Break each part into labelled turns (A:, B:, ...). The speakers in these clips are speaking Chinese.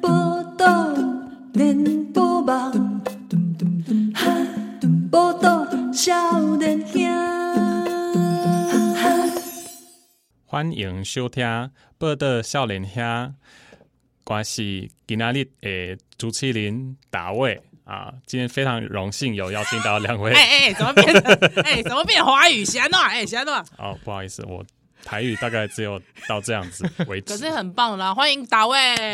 A: 报道连波网，报道少年兄。
B: 欢迎收听《报道少年兄》，我是今仔日的主持人大卫啊。今天非常荣幸有邀请到两位
C: 哎 哎，怎么变成？哎，怎么变华语？喜安诺，哎，喜安诺，
B: 哦，不好意思，我台语大概只有到这样子为止
C: 可。是很棒啦！欢迎大卫。
B: 啊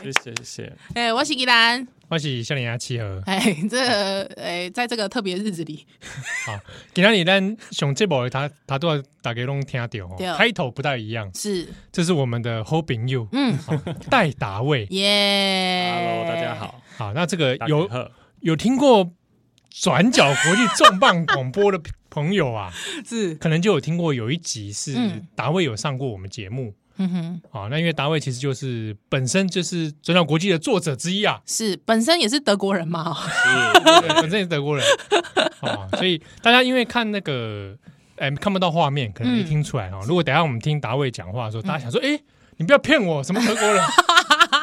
B: 谢谢谢谢，
C: 哎，我是吉兰。，
D: 我是少年阿七和
C: 哎，这个哎，在这个特别日子里，
D: 好，今天咱上这部他他都大家拢听到哦
C: 对，
D: 开头不太一样，
C: 是
D: 这是我们的 Hoping You
C: 嗯，
D: 戴达卫。
C: 耶。
B: Hello，大家。好，
D: 好，那这个
B: 大家
D: 有
B: 好
D: 有听过转角国际重磅广播的朋友 啊，
C: 是，
D: 可能就有听过有一集是
C: 嗯
D: 达卫有上过我们节目。
C: 嗯哼，
D: 好，那因为达卫其实就是本身就是转角国际的作者之一啊，
C: 是，本身也是德国人嘛。哦
B: 是
D: 对，本身也是德国人，哦，所以大家因为看那个，哎、看不到画面，可能没听出来
C: 嗯
D: 哈、哦。如果等一下我们听达卫讲话的时候，大家想说，哎、你不要骗我，什么 德国人？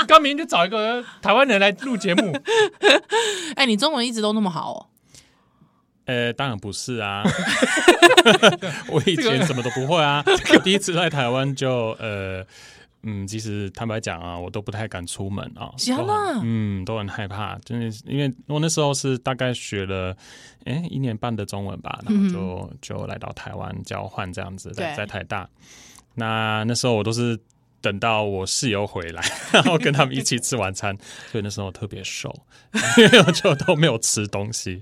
D: 刚明明就找一个台湾人来录节目，
C: 哎，你中文一直都那么好哦。
B: 呃，当然不是啊，我以前什么都不会啊。我第一次来台湾就呃，嗯，其实坦白讲啊，我都不太敢出门啊。
C: 喜安诺，
B: 嗯，都很害怕，真的是因为我那时候是大概学了哎一年半的中文吧，然后就、就来到台湾交换这样子，在
C: 对
B: 在台大。那那时候我都是等到我室友回来，然后跟他们一起吃晚餐，所以那时候我特别瘦， 因为我就都没有吃东西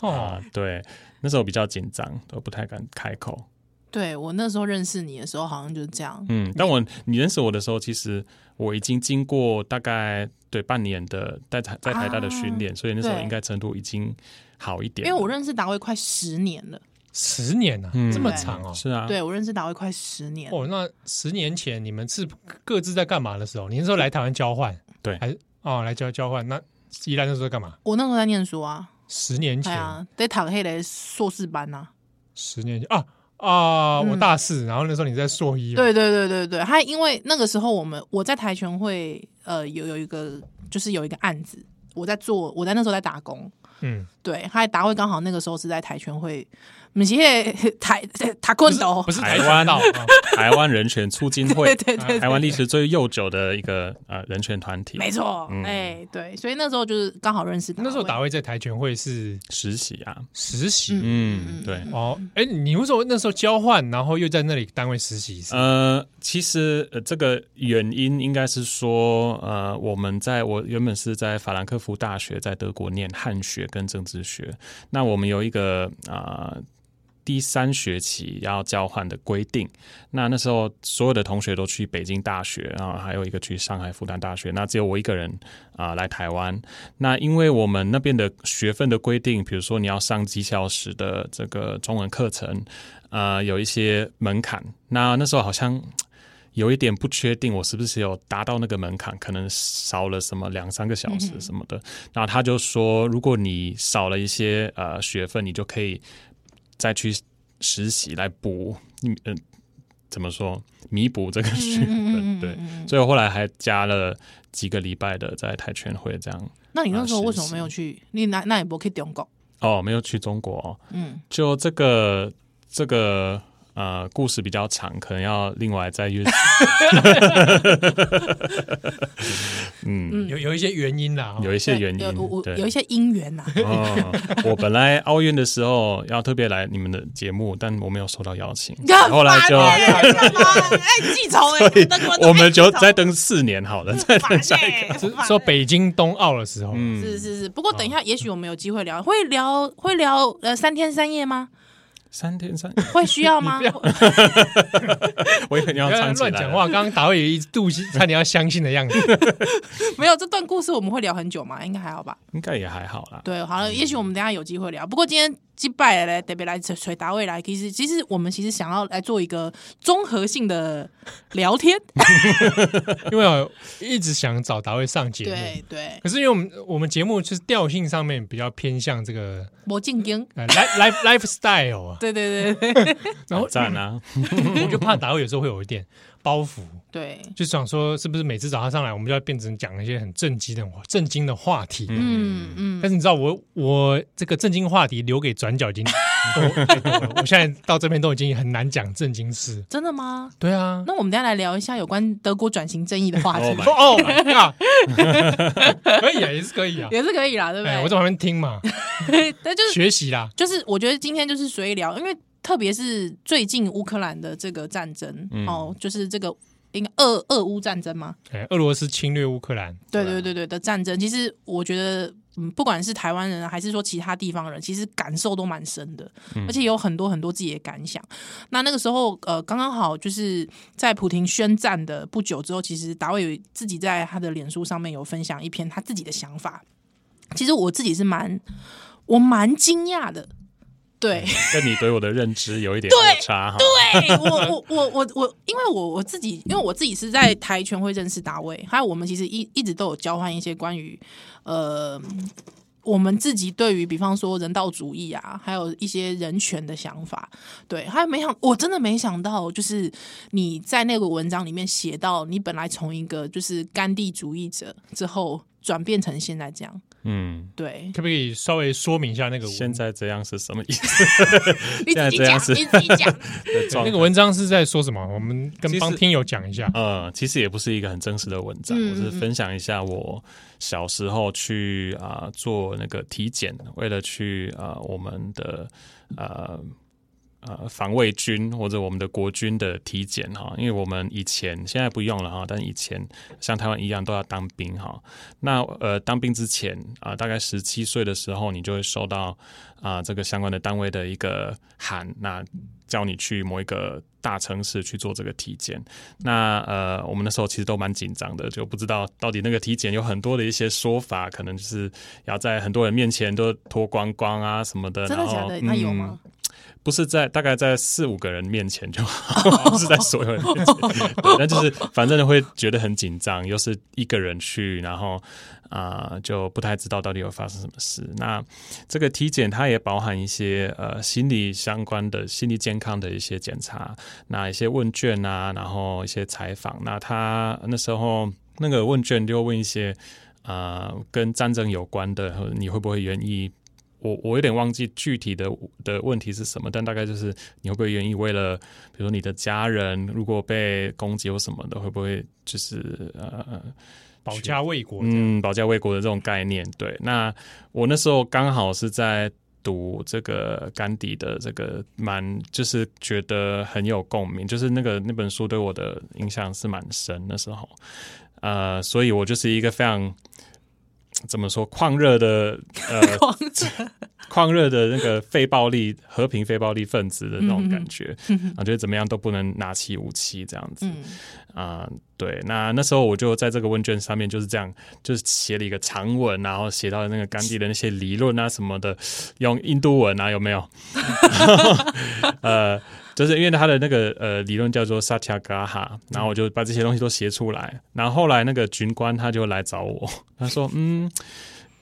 B: 啊、
D: 哦，
B: 对，那时候比较紧张，都不太敢开口。
C: 对我那时候认识你的时候，好像就是这样。
B: 嗯，但我你认识我的时候，其实我已经经过大概对半年的在台在台大的训练，所以那时候
C: 啊对
B: 应该程度已经好一点
C: 因
B: 了。
C: 为我认识达卫快十年了，
D: 十年啊，
B: 嗯
D: 这么长哦。
B: 是啊，
C: 对我认识达卫快十年，
D: 哦，那十年前你们是各自在干嘛的时候？你那时候来台湾交换，
B: 对
D: 还是哦来交交换？那宜兰那时候干嘛？
C: 我那时候在念书啊，
D: 十年
C: 哎
D: 前，
C: 呀，在塔黑的硕士班啊呐、
D: 十年前啊啊，
C: 嗯
D: 我大四，然后那时候你在硕一嘛，
C: 对对对对对，他因为那个时候我们我在台拳会，呃，有有一个就是有一个案子，我在做，我在那时候在打工。
D: 嗯，
C: 对，还达会刚好那个时候是在台拳会，不是 那个台塔棍斗，
D: 不是
B: 台
D: 台
B: 湾
D: 湾到，啊
B: 台湾人权促进
C: 对
B: 会，
C: 对对
B: 台湾历史最悠久的一个呃人权团体，
C: 没错，
B: 嗯
C: 哎，对，所以那时候就是刚好认识达卫，
D: 那时候达卫在台拳会是
B: 实习啊，
D: 实习、
B: 嗯，对。
D: 哦，哎、你为什么那时候交换，然后又在那里单位实习？是
B: 呃，其实呃，这个原因应该是说，呃，我们在我原本是在法兰克福大学，在德国念汉学跟政治学。那我们有一个啊、呃第三学期要交换的规定。那那时候所有的同学都去北京大学，然后还有一个去上海复旦大学，那只有我一个人啊、来台湾。那因为我们那边的学分的规定，比如说你要上几小时的这个中文课程，呃，有一些门槛。那那时候好像有一点不确定，我是不是有达到那个门槛，可能少了什么两三个小时什么的。然后他就说，如果你少了一些呃学分，你就可以再去实习来补，嗯、呃，怎么说弥补这个学分？
C: 嗯
B: 对，所以我后来还加了几个礼拜的在台拳会这样。
C: 那你那时候为什么
B: 实习
C: 没有去？你那那也不去中国？
B: 哦，没有去中国、哦，
C: 嗯，
B: 就这个这个呃故事比较长，可能要另外再 约。嗯，
D: 有有一些原因啦，哦
B: 有一些原
C: 有有
B: 因，
C: 我
B: 对
C: 有一。些姻缘呐，，
B: 哦，我本来奥运的时候要特别来你们的节目，但我没有收到邀请后来就
C: 哎干嘛哎记仇 哎，你们德国人都
B: 我们就
C: 爱记仇
B: 再等四年好 了，再等下一个。
C: 个
D: 是说北京冬奥的时候，
B: 嗯，
C: 是是是，不过等一下，也许我们有机会聊，会聊会聊呃三天三夜吗？
B: 三天三，
C: 会需要吗
D: 你？
B: 我也很要
D: 不要
B: 唱起来
D: 乱
B: 了
D: 讲话！刚刚达伟一度差点要相信的样 子。
C: 没有这段故事我们会聊很久嘛，应该还好吧？
B: 应该也还好啦。
C: 对，好了，也许我们等一下有机会聊。不过今天击败了特别来呃水水达未来，其实其实我们其实想要来做一个综合性的聊天，
D: 因为我一直想找达伟上节目，
C: 对对，
D: 可是因为我们我们节目就是调性上面比较偏向这个
C: 魔镜经，
D: 呃 life life lifestyle 啊，
C: 对对对对嗯
D: 然后
B: 赞啊！
D: 我就怕达伟有时候会有一点包袱，
C: 对，
D: 就想说是不是每次找他上来，我们就要变成讲一些很震惊的震惊的话题。
C: 嗯嗯，
D: 但是你知道我我这个震惊话题留给转角 已经，我我现在到这边都已经很难讲震惊事。
C: 真的吗？
D: 对啊，
C: 那我们等一下来聊一下有关德国转型正义的话题
B: Oh，my
D: 哦啊， 可以啊，也是可以啊。
C: 也是可以啦，对不
D: 哎，我
C: 对？
D: 在旁边听嘛，
C: 但就是
D: 学习啦。
C: 就是我觉得今天就是随意聊，因为特别是最近乌克兰的这个战争、
B: 嗯
C: 哦，就是这个应该俄俄乌战争吗？
D: 哎，俄罗斯侵略乌克兰，
C: 对对对对的战争，其实我觉得，嗯，不管是台湾人啊还是说其他地方人，其实感受都蛮深的，而且有很多很多自己的感想。那那个时候，呃，刚刚好就是在普廷宣战的不久之后，其实达伟有自己在他的脸书上面有分享一篇他自己的想法。其实我自己是蛮，我蛮惊讶的，对。
B: 跟你对我的认知有一点落差哈。
C: 对哎我我我我我，因为我我自己，因为我自己是在台拳会认识大卫，还有我们其实一一直都有交换一些关于呃我们自己对于比方说人道主义啊，还有一些人权的想法。对，还没想，我真的没想到，就是你在那个文章里面写到，你本来从一个就是甘地主义者之后转变成现在这样。
B: 嗯，
C: 对，
D: 可不可以稍微说明一下那个文
B: 现在这样是什么意思？
C: 你
B: 现在
C: 自己
B: 这样
C: 讲，
B: 是
C: 你自己 讲。
B: 的状态
D: 那个文章是在说什么？我们跟
B: 其实
D: 帮听友讲一下。
B: 呃，其实也不是一个很真实的文章，
C: 嗯
B: 我是分享一下我小时候去啊、做那个体检，为了去啊、我们的呃呃防卫军或者我们的国军的体检哈，因为我们以前现在不用了哈，但以前像台湾一样都要当兵哈。那呃当兵之前啊、大概十七岁的时候，你就会收到啊、这个相关的单位的一个函，那叫你去某一个大城市去做这个体检。那呃，我们那时候其实都蛮紧张的，就不知道到底那个体检有很多的一些说法，可能就是要在很多人面前都脱光光啊什么的。
C: 真的
B: 然后嗯
C: 假的？那有吗？
B: 不是在大概在四五个人面前就好， 不是在所有人面前，对，那就是反正会觉得很紧张，又是一个人去，然后啊、呃就不太知道到底有发生什么事。那这个体检它也包含一些呃心理相关的心理健康的一些检查，那一些问卷啊，然后一些采访。那他那时候那个问卷就问一些啊、呃跟战争有关的，或者你会不会愿意我我有点忘记具体的的问题是什么，但大概就是你会不会愿意为了，比如说你的家人如果被攻击或什么的，会不会就是呃
D: 保家卫国这样，
B: 嗯保家卫国的这种概念？对，那我那时候刚好是在读这个甘迪的这个蛮，就是觉得很有共鸣，就是那个那本书对我的影响是蛮深。那时候，呃，所以我就是一个非常。怎么说旷热的呃
C: 狂
B: 狂热的那个非暴力、和平非暴力分子的那种感觉，啊，觉得怎么样都不能拿起武器这样子
C: 嗯
B: 啊、对，那那时候我就在这个问卷上面就是这样，就是写了一个长文，然后写到那个甘地的那些理论啊什么的，用印度文啊，有没有？ 呃，就是因为他的那个呃理论叫做 Satyagraha，然后我就把这些东西都写出来。然后后来那个军官他就来找我，他说：“嗯，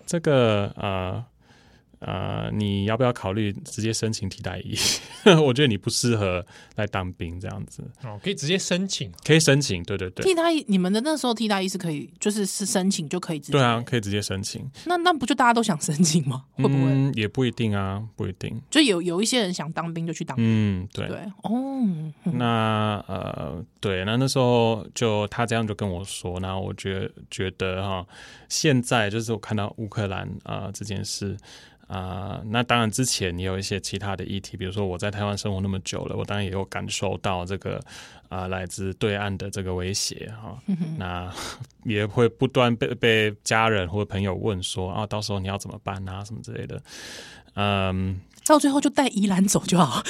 B: 这个呃呃，你要不要考虑直接申请替代役？ 我觉得你不适合来当兵，这样子
D: 哦，可以直接申请。
B: 可以申请。对对对，
C: 替代役，你们的那时候替代役是可以，就是是申请就可以直接。
B: 对啊，可以直接申请。
C: 那那不就大家都想申 请吗？会不会、
B: 嗯、也不一定啊，不一定。
C: 就有有一些人想当兵就去当兵？
B: 嗯，对。
C: 对，哦，
B: 那呃，对，那那时候就他这样就跟我说，然后我觉觉得哈，现在就是我看到乌克兰啊、呃这件事，啊、那当然之前也有一些其他的议题，比如说我在台湾生活那么久了，我当然也有感受到这个啊、来自对岸的这个威胁哈、那也会不断被被家人或朋友问说啊，到时候你要怎么办啊，什么之类的。嗯，
C: 到最后就带宜兰走 就好。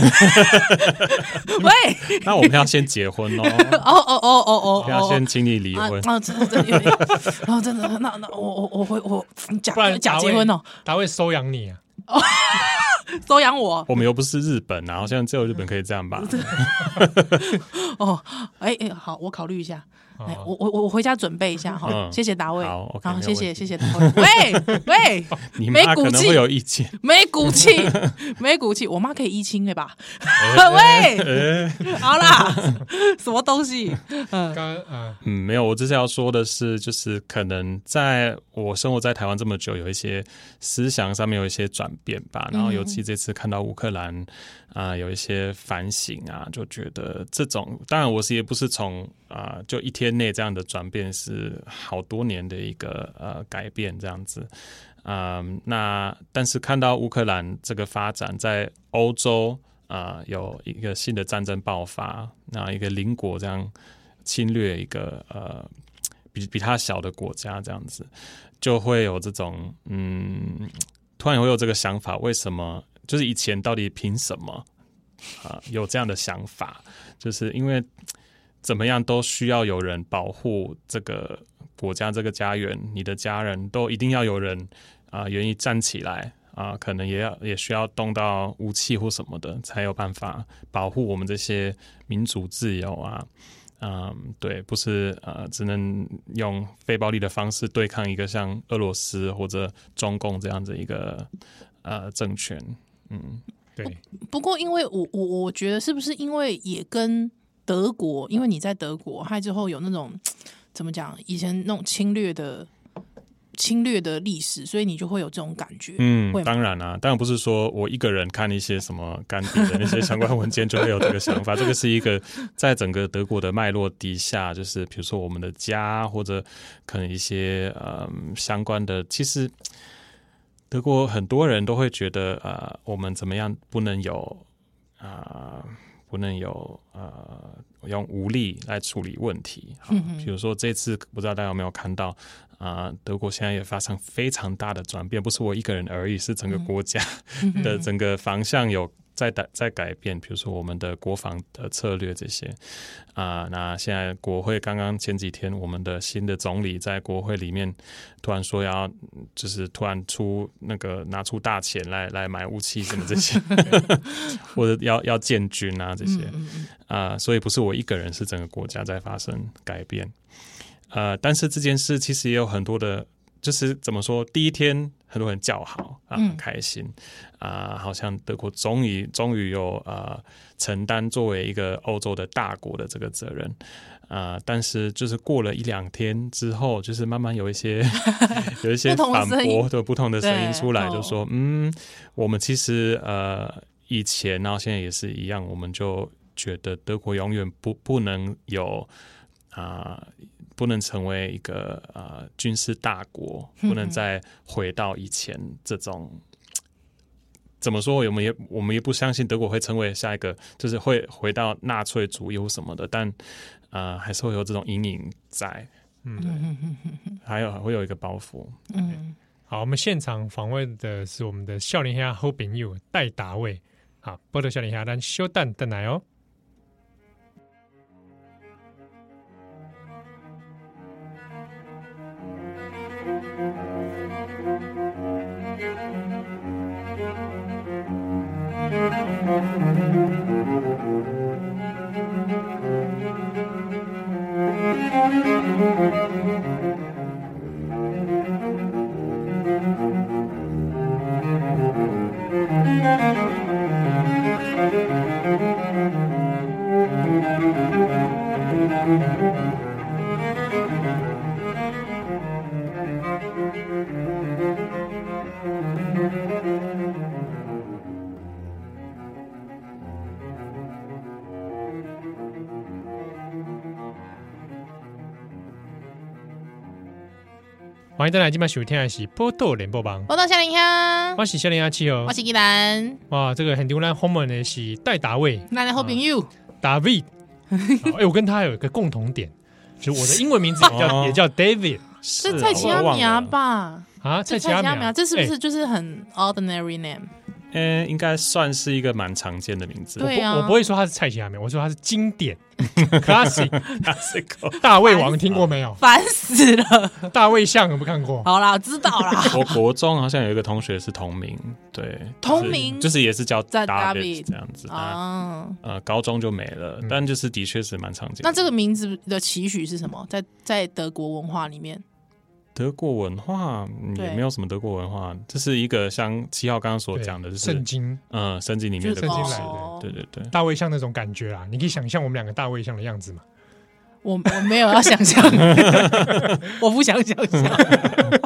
C: 喂，
B: 那我们要先结婚哦，
C: 哦哦哦哦哦，
B: 要先请你离
C: 啊
B: 婚。
C: 啊，真的真 的，然后真的，那那我我我会我嗯假
D: 不然
C: 假
D: 达
C: 结
D: 卫
C: 婚哦，，
D: 达卫收养你啊，
C: 收养我
B: 我们又不是日本啊，好像只有日本可以这样 吧？
C: 哦，哎哎，好，我考虑一下，哎，
D: 哦
C: 我我我我回家准备一下哈，
B: 嗯
C: 谢谢达卫，
B: 好，OK，
C: 然后
B: 没有
C: 谢谢
B: 问
C: 谢谢达卫，喂喂，
B: 你
C: 没
B: 妈
C: 骨
B: 可能
C: 气
B: 会有意见。
C: 没骨 气，没骨气，我妈可以一清对吧？
D: 哎
C: 喂，好啦，什么东西？
D: 刚刚啊，
B: 嗯，没有，我只是要说的是，就是可能在我生活在台湾这么久，有一些思想上面有一些转变吧。然后尤其这次看到乌克兰啊、有一些反省啊，就觉得这种，当然我是也不是从啊、就一天内这样的转变，是好多年的一个呃改变这样子。嗯，那但是看到乌克兰这个发展在欧洲啊、有一个新的战争爆发，那一个邻国这样侵略一个呃比比他小的国家这样子，就会有这种嗯，突然会有这个想法，为什么？就是以前到底凭什么啊、有这样的想法？就是因为怎么样都需要有人保护这个国家、这个家园，你的家人都一定要有人啊、愿意站起来。啊，可能也要也需要动到武器或什么的，才有办法保护我们这些民主自由啊，嗯，对，不是呃，只能用非暴力的方式对抗一个像俄罗斯或者中共这样子一个呃政权。嗯，
D: 对，
C: 不过，因为我我我觉得是不是因为也跟德国，因为你在德国，还之后有那种怎么讲，以前那种侵略的侵略的历史，所以你就会有这种感觉。
B: 嗯
C: 会，吗
B: 当然啦、当然不是说我一个人看一些什么干瘪的那些相关文件就会有这个想 法，这个是一个在整个德国的脉络底下，就是比如说我们的家或者可能一些嗯相关的，其实德国很多人都会觉得呃，我们怎么样不能有啊、不能有呃用武力来处理问题。好
C: 嗯哼
B: 比如说这次不知道大家有没有看到啊、德国现在也发生非常大的转变，不是我一个人而已，是整个国家的整个方向有。在改在改变，比如说我们的国防的策略这些啊、那现在国会刚刚前几天，我们的新的总理在国会里面突然说要，嗯就是突然出那个拿出大钱来来买武器什么这些，或者要要建军啊这些
C: 嗯嗯嗯
B: 啊、所以不是我一个人，是整个国家在发生改变。呃，但是这件事其实也有很多的，就是怎么说，第一天很多人叫好啊，
C: 嗯
B: 很开心啊、好像德国终于终于有呃承担作为一个欧洲的大国的这个责任。啊、但是就是过了一两天之后，就是慢慢有一些 有一些
C: 不同的
B: 反
C: 声音
B: 驳的不同的声音
C: 对
B: 出来，
C: 哦
B: 就说嗯，我们其实呃以前，然后现在也是一样，我们就觉得德国永远不不能有啊、不能成为一个呃军事大国，
C: 嗯
B: 不能再回到以前这种。怎么说？我们也我们也不相信德国会成为下一个，就是会回到纳粹主义或什么的，但呃，还是会有这种阴影在，
C: 嗯嗯嗯
B: 还有会有一个包袱。
C: 嗯嗯
D: 好，我们现场访问的是我们的笑脸虾好朋友戴达卫，好，波特笑脸虾，咱稍等等来哦。欢迎再来今晚收听的是《波豆联播榜》，
C: 我到夏林香，
D: 我是夏林阿七哦
C: 我。是依兰，
D: 哇，这个很丢人，后面的是戴达卫
C: 咱的好
D: 嗯
C: 朋友，
D: David。哎、我跟他有一个共同点，就是我的英文名字也叫
B: 哦
D: 也叫 David
B: 是
C: 这蔡奇阿米
B: 啊
C: 亚吧？
D: 啊，
C: 这
D: 蔡奇
C: 奇
D: 阿
C: 亚米
D: 米
C: 亚，
D: 亚，
C: 这是不
D: 哎
C: 是就是很 ordinary name？
B: 嗯，应该算是一个蛮常见的名字。
C: 对啊
D: 我不会说他是蔡奇阿米亚，我说他是经典 classic
C: 啊
B: ，classical，
D: 大胃王，听过没有？
C: 烦死了！
D: 大卫像有没有看过？
C: 好啦，知道啦。
B: 我国中好像有一个同学是同名，对，
C: 同名
B: 就是就是也是叫
C: 在 David
B: David 这样子啊。
C: 啊，
B: 呃，高中就没了，但就是的确是蛮常见的。
C: 那这个名字的期许是什么？在在德国文化里面，
B: 德国文化嗯
C: 对
B: 也没有什么德国文化，这是一个像七号刚刚所讲的，就
D: 圣
B: 是
D: 经
B: 嗯，圣经里面
C: 就
B: 的
C: 是
D: 圣经
B: 故
D: 来
B: 事
D: 的。
C: 哦
B: 对对对，
D: 大卫像那种感觉啦，你可以想象我们两个大卫像的样子嘛？
C: 我我没有要想象，我不想想象。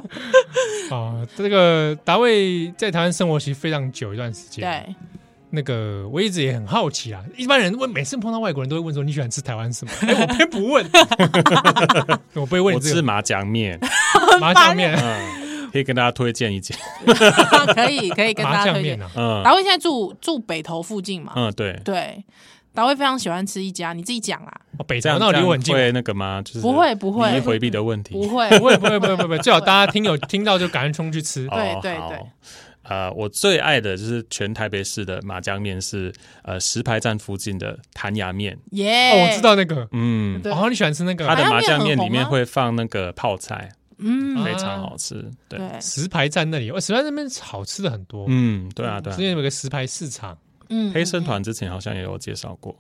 D: 啊、这个大卫在台湾生活其实非常久一段时间，
C: 对，
D: 那个我一直也很好奇啊，一般人问，每次碰到外国人都会问说你喜欢吃台湾什么？ 哎、我偏不问， 我不会问
B: 我
D: 你这
B: 吃
D: 个
B: 麻酱 面，
D: 麻酱面，
B: 嗯，可以跟大家推荐一间，
C: 可以可以跟大
D: 麻
C: 家
D: 酱
C: 推
D: 面
C: 荐。
D: 啊，
B: 嗯
C: 达威现在住住北投附近嘛？
B: 嗯，对，
C: 对，达威非常喜欢吃一家，你自己讲啦。
D: 哦北
B: 这
D: 投
B: 样
D: 那离我很近
B: 这，样会那个吗？就是
C: 不会不会
B: 你回避的问题，
C: 不会，
D: 不会不会不会不会不会，最好大家听有听到就赶快冲去吃。
C: 对
B: 哦
C: 对
B: 好
C: 对
B: 呃，我最爱的就是全台北市的麻酱面是呃石牌站附近的谭雅面，
C: 耶、
D: 哦，我知，道那个，
B: 嗯，
C: 对，
D: 哦，你喜欢吃那个
B: 它的麻酱面
C: 麻酱面很红吗啊
B: 里面会放那个泡菜，
C: 嗯，
B: 非常好吃。对，
C: 对，
D: 石牌站那里，哦，石牌站那边好吃的很多。
B: 嗯，对啊，对
D: 之
B: 啊
D: 前。有个石牌市场，
C: 嗯，
B: 陪审团之前好像也有介绍过，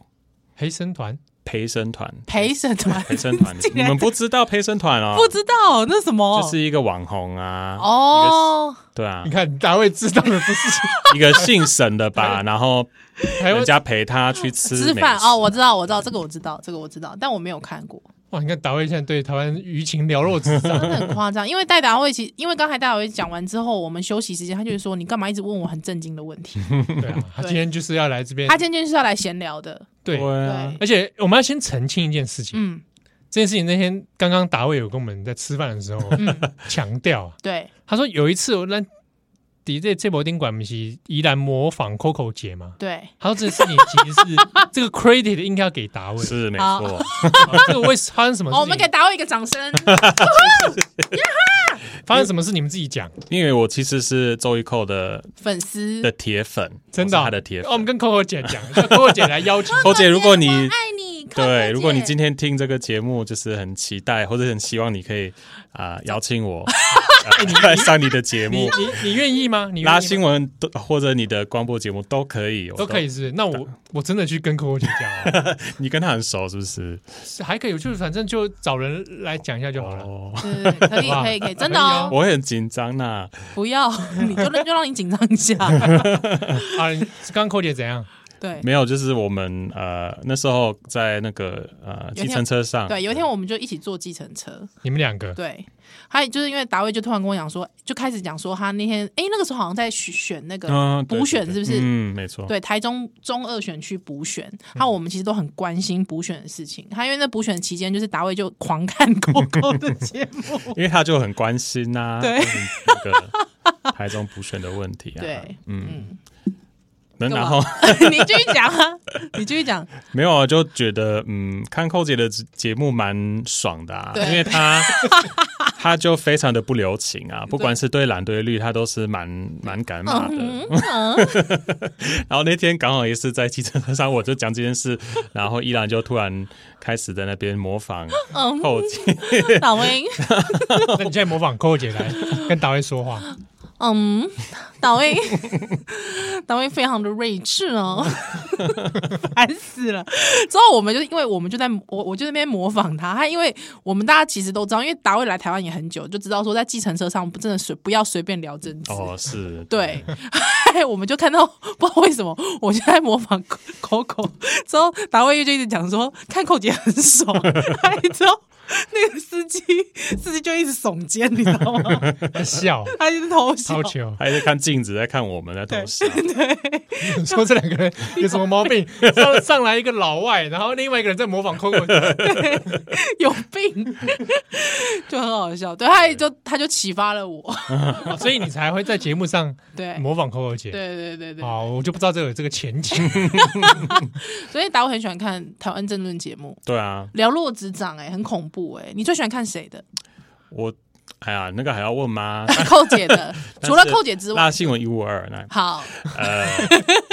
D: 陪审团
B: 陪审 团，
C: 陪审团，，
B: 陪审团
C: 竟
B: 你
C: 然
B: 们不知道陪审团哦？
C: 不知道那什么，
B: 就是一个网红啊，
C: 哦，
B: 对啊
D: 你，看大卫知道的不是
B: 一个姓沈的吧，然后
D: 台湾
B: 人家陪他去吃
C: 吃
B: 美
C: 饭
B: 食
C: 哦，我知道，我知道，这个我知道，这个我知道，但我没有看过，
D: 哇，你看大卫现在对台湾舆情了若指 掌
C: 真的很夸张。因为戴达卫其，因为刚才戴达卫讲完之后，我们休息时间，他就说你干嘛一直问我很震惊的问题？
D: 对啊，他今天就是要来 这边
C: 他，今天就是要来闲聊的，
D: 对，
B: 对啊，
C: 对，
D: 而且我们要先澄清一件事情，
C: 嗯
D: 这件事情那天刚刚达卫有跟我们在吃饭的时候
C: 嗯，
D: 强调啊，
C: 对，
D: 他说有一次我那底这这博宾馆不是宜兰模仿 Coco 姐嘛，
C: 对，
D: 他说这件事情其实 是这个 credit 应该要给达卫，
B: 是没错。
D: 啊这个为发生什么事
C: 哦，
D: 情，
C: 我们给达卫一个 掌声，
D: 发生什么事你们自己讲，
B: 因为我其实是周一蔻的
C: 粉丝
B: 的铁粉，
D: 真
B: 我
D: 的
B: 是
D: 哦
B: 他的铁
D: 哦我们
B: 粉。。
D: 跟 Coco 姐讲叫，Coco 姐来邀请
B: 侯姐，如果你
C: 爱你，
B: 对，如果你今
C: 天
B: 天听这个节目，就是很期待，或者很希望你可以啊、邀请我呃来上你的节
D: 你
B: 目，
D: 你你愿意吗？你愿意吗
B: 拉新闻都或者你的广播节目都可以，我
D: 都可以。是不是？那我我真的去跟 Coco 姐讲哦，
B: 你跟他很熟是不是？
D: 是还可以，就是反正就找人来讲一下就好了。
B: 哦，
C: 对 对对可以可以可以，真的哦，
B: 我会很紧张呐。不
C: 不要， 你就就让你紧张 一下。
D: 啊，你刚刚 Coco 姐怎样？
C: 对
B: 没有，就是我们呃那时候在那个呃
C: 有一天
B: 计程车上，
C: 对，有一天我们就一起坐计程车，
D: 你们两个
C: 对，还有就是因为达卫就突然跟我讲说，就开始讲说他那天，哎，那个时候好像在选选那个
B: 嗯对
C: 补选
B: 对对
C: 是不是
B: 嗯，没错。
C: 对，台中中二选区补选，还有我们其实都很关心补选的事情。他因为那补选期间，就是达卫就狂看 GoGo 的节目，
B: 因为他就很关心呐、
C: 对
B: 嗯那 个台中补选的问题啊，
C: 对，
B: 嗯，能
C: 干
B: 然
C: 嘛
B: 后
C: 你继续讲啊，你继续讲，
B: 没有啊，就觉得嗯，看寇姐的节目蛮爽的啊，
C: 对
B: 因为 她她就非常的不留情啊，不管是对蓝对绿，她都是蛮蛮敢骂的。
C: 嗯
B: 然后那天刚好也是在汽车上，我就讲这件事，然后依然就突然开始在那边模仿
C: 嗯，
B: 寇姐，
C: 达卫，
D: 那你现在模仿 Coco 姐来跟导演说话，
C: 嗯，达卫， 达卫非常的睿智哦， 烦死了。之后我们就因为我们就在我我就在那边模仿他，他因为我们大家其实都知道，因为达卫来台湾也很久，就知道说在计程车上不真的随不要随便聊政治。
B: 哦，是
C: 对，对，我们就看到不知道为什么，我就在模仿 Coco，之后达卫就一直讲说看寇姐很爽， 哎之后那个司机司机就一直耸肩，你知道吗？
D: 在笑，
C: 他一直偷笑
D: 超，球。
B: 还在看镜子，在看我们在偷笑。
D: 说这两个人有什么毛病？上上来一个老外，然后另外一个人在模仿 Coco，
C: 有病，就很好笑。对，他也就他就启发了我，
D: 哦所以你才会在节目上
C: 对。
D: 模仿 Coco 姐。
C: 对对对对，
D: 啊，我就不知道这个有这个前景。
C: 所以达卫很喜欢看台湾政论节目，
B: 对啊，
C: 寥落指掌哎、很恐怖哎、你最喜欢看谁的？
B: 我哎呀，那个还要问 吗？
C: 寇姐的，除了寇姐之外，
B: 那新闻一五二那
C: 好，
B: 呃，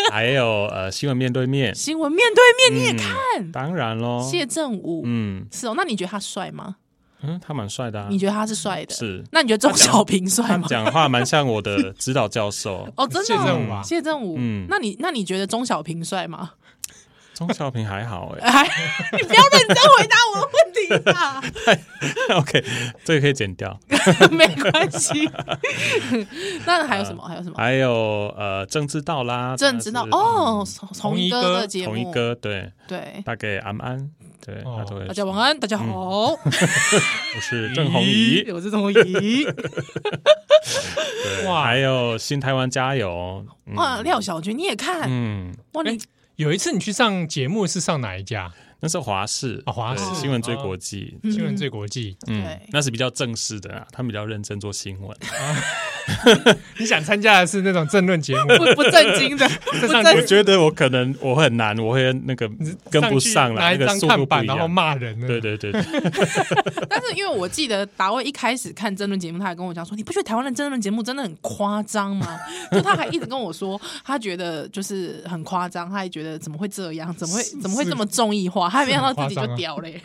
B: 还有呃新闻面对面，嗯
C: 新闻面对面你也看，
B: 当然喽。
C: 谢振武、
B: 嗯
C: 是哦，那你觉得他帅吗？
B: 嗯，他蛮帅的啊
C: 你，觉得他是帅的？，
B: 是
C: 那你觉得钟小平帅吗？
B: 讲话蛮像我的指导教授
C: 哦，真的
D: 谢
C: 哦、
D: 振武啊
C: 谢振武，
B: 嗯
C: 那你那你觉得钟小平帅吗？
B: 钟小平，还好哎。
C: 哎，你不要认真回答我的问题 啊！
B: OK，这个可以剪 掉。
C: 没关系。 那还有什么？还有什么？
B: 啊还有呃郑智道啦，
C: 郑知道
B: 但是嗯
C: 哦，从从一哥的
D: 同一哥
C: 节
B: 同一
C: 目，
B: 哥对，
C: 对，
B: 大概安安对，
D: 哦
B: 他都会
C: 大家晚安，大家
B: 嗯
C: 好，
B: 我是郑红怡，
C: 我是钟怡。
B: 对
D: 哇
B: 还有新台湾加油，嗯
C: 哇，廖小军你也看
B: 嗯，
C: 哇？
D: 哎
C: 你
D: 有一次你去上节目是上哪一家？
B: 那是华视
D: 哦华
B: 对
D: 视
B: 新闻最国际，
C: 嗯
D: 新闻最国际。
B: 嗯
C: 对，
B: 那是比较正式的啊，他们比较认真做新 闻，
D: 你想参加的是那种政论节目，
C: 不不正经 的，不
D: 上
B: 我
C: 正经。
B: 觉得我可能我会很难，我会那个跟不上
D: 去
B: 了，
D: 拿
B: 那
D: 一
B: 个
D: 张
B: 速度
D: 看
B: 不
D: 板
B: 一
D: 然后
B: 样。
D: 骂人呢。
B: 对对对， 对
C: 但是因为我记得达卫一开始看争论节目，他还跟我讲说，你不觉得台湾的争论节目真的很夸张吗？ 就他还一直跟我说，他觉得就是很夸张，他还觉得怎么会这样，怎么会怎么会这么综艺化？他还没想到自己就屌嘞、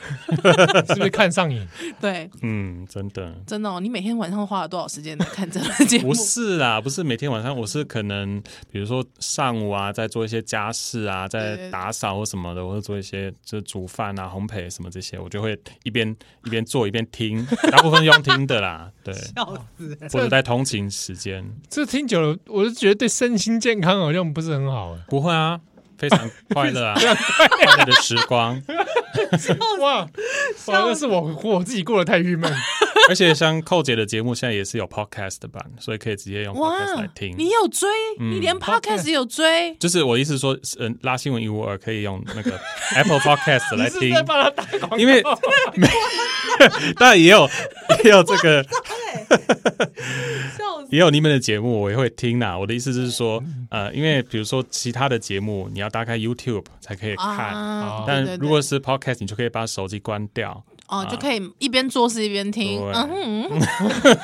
D: 是不是看 上瘾？
C: 对，
B: 嗯，真的
C: 真的、哦，你每天晚上花了多少时间在看这个节目
B: 不？是啦，不是每天晚上，我是可能比如说上午啊，在做一些家事啊，
C: 对
B: 在
C: 对
B: 打扫或什么的，或者做一些就是煮饭啊、烘焙什么这些，我就会一边一边做一边听，大部分用听的啦，对，
C: 笑死了！
B: 或者在通勤时间，
D: 这听久了，我就觉得对身心健康好像不是很好。欸
B: 不会啊，非常快 乐啊，快乐的时光。
D: 哇，反而是我我自己过得太郁闷。
B: 而且像寇姐的节目现在也是有 podcast 版，所以可以直接用 podcast 来
C: 哇，
B: 听。嗯
C: 你有追，你连 podcast 也有追，
B: 就是我意思说，嗯，拉新闻一五二可以用那 个 Apple Podcast 来听，
D: 帮他打广告
B: 因 为当然也有也有这个
C: 欸 笑死！
B: 也有你们的节目，我也会听啦。我的意思就是说，呃，因为比如说其他的节目，你要打开 YouTube 才可以看，哦
C: 啊对对
B: 但
C: 对
B: 如果是 podcast，你就可以把手机关 掉。
C: 哦，就可以一边做事一边听。
B: 对
C: 嗯哼，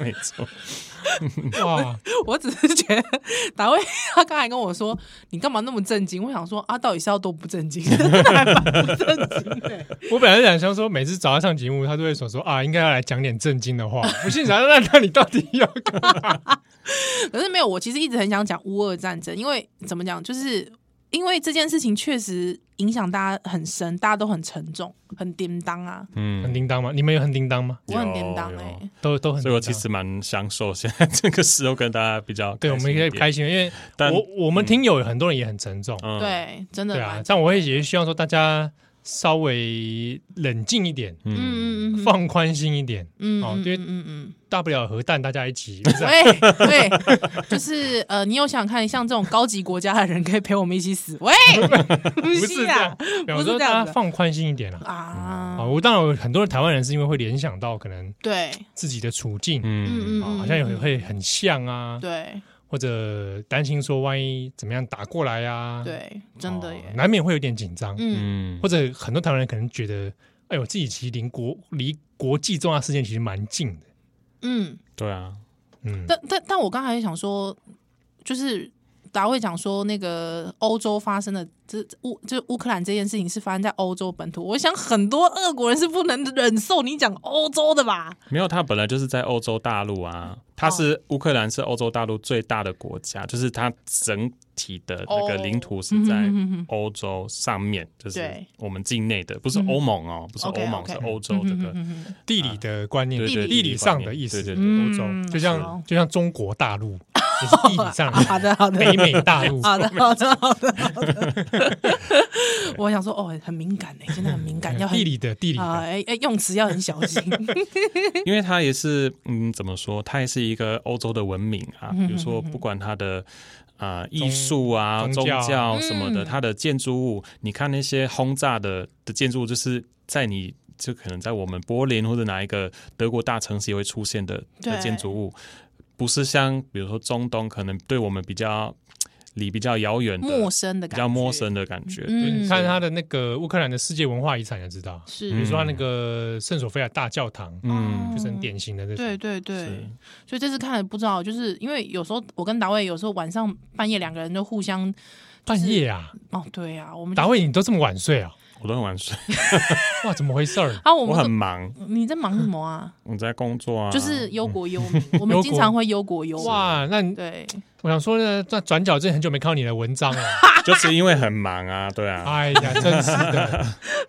B: 没错，
D: 哇，
C: 我只是觉得达卫他刚才跟我说，你干嘛那么震惊？我想说啊，到底是要多不震惊？ 还蛮不震惊的、
D: 我本来想想说，每次找他上节目，他都会说说啊，应该要来讲点正经 的话。我心想，那那你到底要干嘛？
C: 可是没有，我其实一直很想讲乌俄战争，因为怎么讲，就是因为这件事情确实影响大家很深，大家都很沉重，很叮当啊，
D: 很
B: 嗯，
D: 叮当吗？你们有很叮当吗？
C: 我很叮当
B: 有
C: 哎、
B: 有
D: 都都很叮当。
B: 所以我其实蛮享受现在这个时候跟大家比较
D: 对，我们可以开
B: 开心
D: 心，因为
B: 但嗯
D: 我我们听友有很多人也很沉重。
B: 一点，嗯
C: 对，真的
D: 对
C: 蛮
D: 啊，这样我会也希望说大家稍微冷静一点，
C: 嗯嗯嗯，
D: 放宽心一点，
C: 嗯，
D: 哦
C: 嗯
D: 因为
C: 嗯嗯 嗯，
D: 大不了核弹大家 一起。是啊
C: 喂喂，就是呃，你有想看像这种高级国家的人可以陪我们一起死？喂，不
D: 不是这样
C: 啊，
D: 对
C: 不
D: 我
C: 是
D: 说
C: 这样
D: 大
C: 子
D: 家放宽心一点啊！啊，
C: 啊，
D: 我当然有很多人台湾人是因为会联想到可能
C: 对，
D: 自己的处境
B: 嗯
C: 嗯嗯，
D: 啊，好像有会很像啊，
C: 对
D: 或者担心说万一怎么样打过来啊，哦，
C: 对，真的耶，
D: 难免会有点紧张，
C: 嗯，
B: 嗯
D: 或者很多台湾人可能觉得，哎呦，自己其实离国离国际重要事件其实蛮近的，
C: 嗯，
B: 对啊，
D: 嗯，
C: 但但但我刚才想说，就是达会讲说那个欧洲发生的这这乌就是乌克兰这件事情是发生在欧洲本土，我想很多俄国人是不能忍受你讲欧洲的吧？
B: 没有，它本来就是在欧洲大陆啊，
C: 嗯
B: 它
C: 哦
B: 是乌克兰是欧洲大陆最大的国家，就是它整体的那个领土是
C: 嗯
B: 在欧洲上面，就是
C: 对嗯
B: 我们境内的，不是欧盟哦，不是欧盟，是
C: OK，OK
B: 欧洲这
C: 嗯
D: 嗯
B: 个
D: 地理的观念，
B: 对对
D: 地理上的意思，
B: 对对对
D: 欧洲
C: 嗯
D: 就
C: 好
D: 像就像中国大陆，只是地理上的
C: 啊好的，好的，
D: 北美大陆。
C: 好的，好的，好的，好的。 我想说，哦，很敏感诶，现在很敏感，要很
D: 地理的地理
C: 啊，
D: 的，
C: 哎哎，用词要很小 心。
B: 因为它也是，嗯，怎么说？它也是一个欧洲的文明啊，
C: 嗯
B: 比如说不管它的。啊，艺术啊，
D: 宗
B: 宗
D: 教啊
B: 教什么的，
C: 嗯
B: 它的建筑物，你看那些轰炸的的建筑物，就是在你就可能在我们柏林或者哪一个德国大城市也会出现的的
C: 对
B: 建筑物，不是像比如说中东，可能对我们比较离比较遥远的、
C: 陌生的
B: 比
C: 感
B: 较
C: 觉，
B: 陌生的感觉。
D: 对
C: 嗯
D: 你看他的那个乌克兰的世界文化遗产也知道，比如
C: 是，哦
D: 说他那个圣索菲亚大教堂，
B: 嗯，
D: 就是很典型的那种。
C: 对对对
B: 是。
C: 所以这次看了不知道，就是因为有时候我跟达卫有时候晚上半夜两个人就互相
D: 半夜啊，
C: 哦，对啊，我们就
D: 达卫你都这么晚 睡啊？
B: 我都很晚睡，
D: 哇，怎么回事儿？
C: 啊，我
B: 我
C: 们
B: 很忙，
C: 都你在忙什 么啊？
B: 我在工作啊，
C: 就是忧国忧民，我们
D: 忧
C: 经
D: 国
C: 常会忧国忧民。
D: 哇，那你
C: 对，
D: 我想说呢，那转角真很久没看到你的文 章了。
B: 就是因为很忙啊，对 啊，
D: 哎呀，真 是的，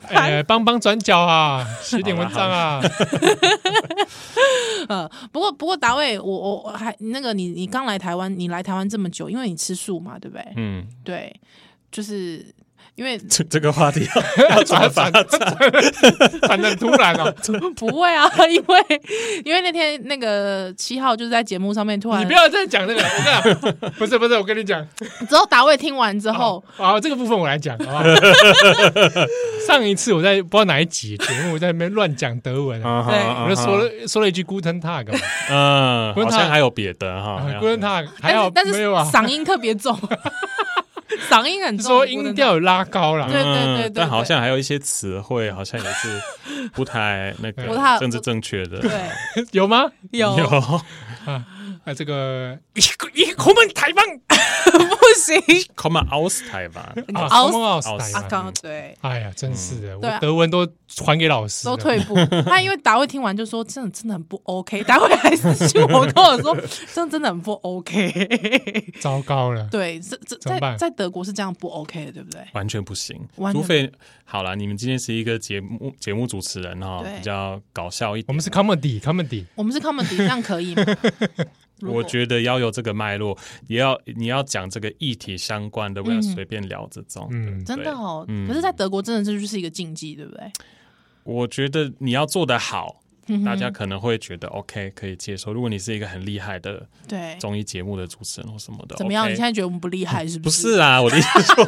D: 哎，帮帮转角啊，写点文章啊。
C: 呃，不过不过达卫，我我我还那个你你刚来台湾，你来台湾这么久，因为你吃素嘛，对不对？
B: 嗯，
C: 对，就是因为
B: 这这个话题要要转发，
D: 反正突然哦，
C: 不会啊， 因为因为那天那个七号就是在节目上面突
D: 你
C: 然
D: 不，要再讲这个，我跟你讲，不是不是，我跟你讲，
C: 之后达卫听完之后，
D: 好，这个部分我来讲，好不 好？上一次我在不知道哪一集节目，我在那边乱讲德文啊，
B: 啊哈
C: 对
B: 啊哈
D: 我就说了说了一句 Guten Tag，嘛
B: 嗯，
D: Guten
B: 好像
D: Tag
B: 还有别的哈
D: 啊
B: 好像
D: Guten Tag，还
C: 但
D: 好
C: 是哎但是
D: 没有啊，
C: 嗓音特别重，嗓音很重，
D: 说音调有拉高
C: 对
D: 了。
B: 嗯
C: 对对
B: 但好
C: 对
B: 像还有一些词汇，好像也是不太那
C: 不太
B: 个政治正确的
C: 我。的脑。
D: 有吗？
C: 对，有
D: 啊，这个一一我们台湾
C: 不行
B: ，come aus 台吧，
D: 啊，
C: Aus-
D: 什么 Aus
C: 阿
D: 台湾
C: 刚对。
D: 哎呀，真是的，
C: 对啊
D: 我德文都还给老师了，
C: 都退步，他因为达卫听完就说：“真的真的很不 OK。”达卫还私信我跟我说：“真的真的很不 OK。
D: 糟糕了”。
C: 对，这这
D: 怎么
C: 在
D: 办
C: 在德国是这样不 OK 的，对不对？
B: 完全不行
C: 完。全
B: 除非好了，你们今天是一个节目节目主持人哈，
C: 对
B: 比较搞笑一
D: 我
B: 点
D: 们。是 comedy，comedy，
C: 我们是 comedy，这样可以吗？如果
B: 我觉得要有这个脉络，也要你要讲这个议题相关的，不
C: 嗯
B: 要随便聊这种。
D: 嗯，
C: 真的哦，
B: 嗯
C: 可是，在德国真的这就是一个禁忌，对不对？
B: 我觉得你要做得好，
C: 嗯
B: 大家可能会觉得 OK 可以接受。如果你是一个很厉害的
C: 对，
B: 综艺节目的主持人或什么的，
C: 怎么样？
B: OK
C: 你现在觉得我们不厉害是
B: 不
C: 是
B: 是 啦，我的意思是说，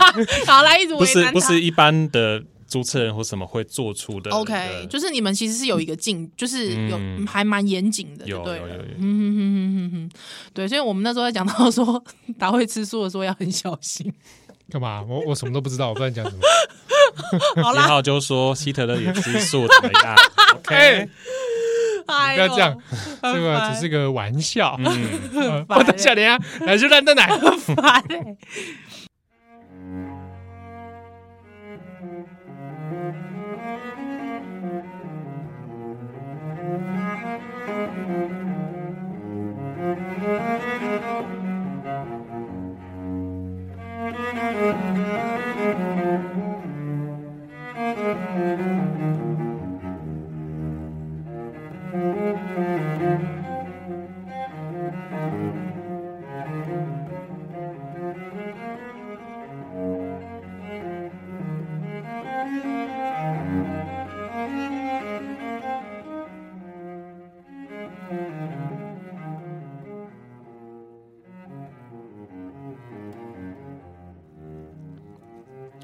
C: 好来一直
B: 不
C: 为
B: 是
C: 难
B: 不
C: 他
B: 是。一般的主持人或什么会做出的那个。
C: OK，就是你们其实是有一个禁，就是有、
B: 嗯
C: 还蛮严谨的，
B: 有
C: 就对
B: 有
C: 了
B: 有有
C: 嗯哼哼哼哼哼，对，所以我们那时候在讲到说， 达会吃素的时候要很小 心。
D: 干嘛？我我什么都不知道，我不知道你 讲什么。
C: 好
B: 一
C: 啦，
B: 号就说希特勒也吃素怎么 样
D: 哎
B: ？OK，，
C: 哎
D: 不
C: 呦
D: 要这样，，
C: 很
D: 这个
C: 烦
D: 只是个玩笑。
B: 嗯，
D: 呃
C: 烦
D: 我等下等下，来就烂蛋奶。
C: 很烦欸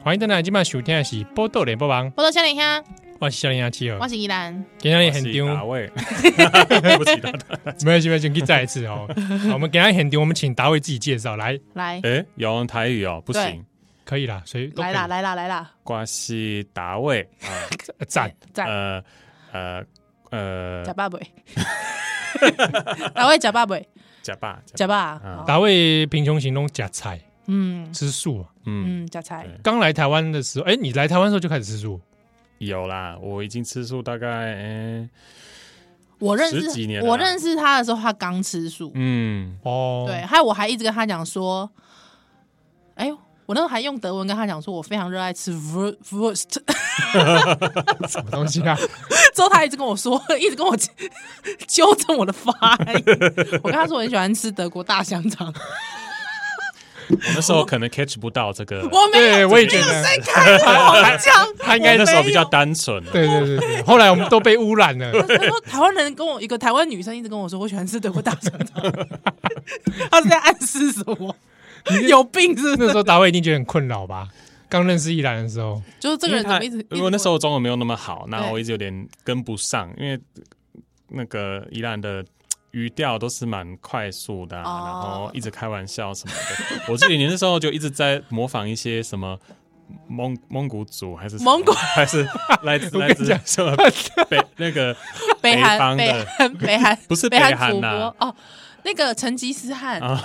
D: 欢迎蛋奶，今晚收听的是《波豆联播网》，
C: 波多小林香，
D: 我是小林阿七儿
C: 啊我，是依兰，
D: 今天很
B: 我是哪
D: 丢，
B: 位？对不起他 的。
D: 没关系没关系，你再一次哦。 好我们今天很丢，我们请达伟自己介绍来，
C: 来
B: 哎，有台语哦，不
C: 对
B: 行。
D: 可以啦，谁都可
B: 哎
C: 来
D: 以
C: 啦，来啦来啦，哎
B: 瓜西达卫
D: 呃赞。
B: 啊，
C: 赞，
B: 呃呃
C: 假
B: 呃，
C: 爸爸，达会假爸爸，
B: 假爸假
C: 假爸，
B: 嗯
C: 啊好
D: 达伟贫穷行动假菜
C: 嗯
D: 吃素啊，
B: 嗯，
C: 嗯，假菜
B: 对
D: 刚来台湾的时候，哎，你来台湾的时候就开始吃素，
B: 有啦，我已经吃素大概呃
C: 我认
B: 十几
C: 识
B: 年了啊
C: 我认识他的时候，他刚吃素，
B: 嗯
D: 哦，
C: 对，还有我还一直跟他讲说，哎呦，我那时候还用德文跟他讲说，我非常热爱吃 wur- wurst，
D: 什么东西啊？
C: 之后他一直跟我说，一直跟我 纠正我的发音。我跟他说我很喜欢吃德国大香肠，
B: 我那时候可能 catch 不到这个，
C: 我没
D: 对，
C: 有，
D: 我也觉得，
C: 谁开的？我们讲。
D: 他应
B: 我
D: 该
B: 那时候
C: 没
B: 比较
C: 有
B: 单纯。
D: 对对对对，后来我们都被污染了。
C: 他说台湾人跟我一个台湾女生一直跟我说，我喜欢吃德国大香肠， 他是在暗示什么？有病是不
D: 那
C: 是？
D: 时候达伟一定觉得很困扰吧？刚认识依兰的时候，
C: 就是这
B: 因为
C: 个人怎
B: 他
C: 么一直？一直
B: 因为那时候中文没有那么好，那
C: 对
B: 我一直有点跟不上，因为那个宜兰的语调都是蛮快速的啊、
C: 哦
B: 然后一直开玩笑什么的。 我记得你那时候就一直在模仿一些什么。蒙蒙古族还是什么
C: 蒙古
B: 还 是来自
D: 我跟
B: 来
D: 你
B: 自
D: 讲
B: 什么北那个
C: 北韩
B: 方
C: 北
B: 的
C: 韩北韩
B: 不是
C: 北
B: 北韩
C: 主播
B: 呐
C: 哦，那个成吉思汗
B: 啊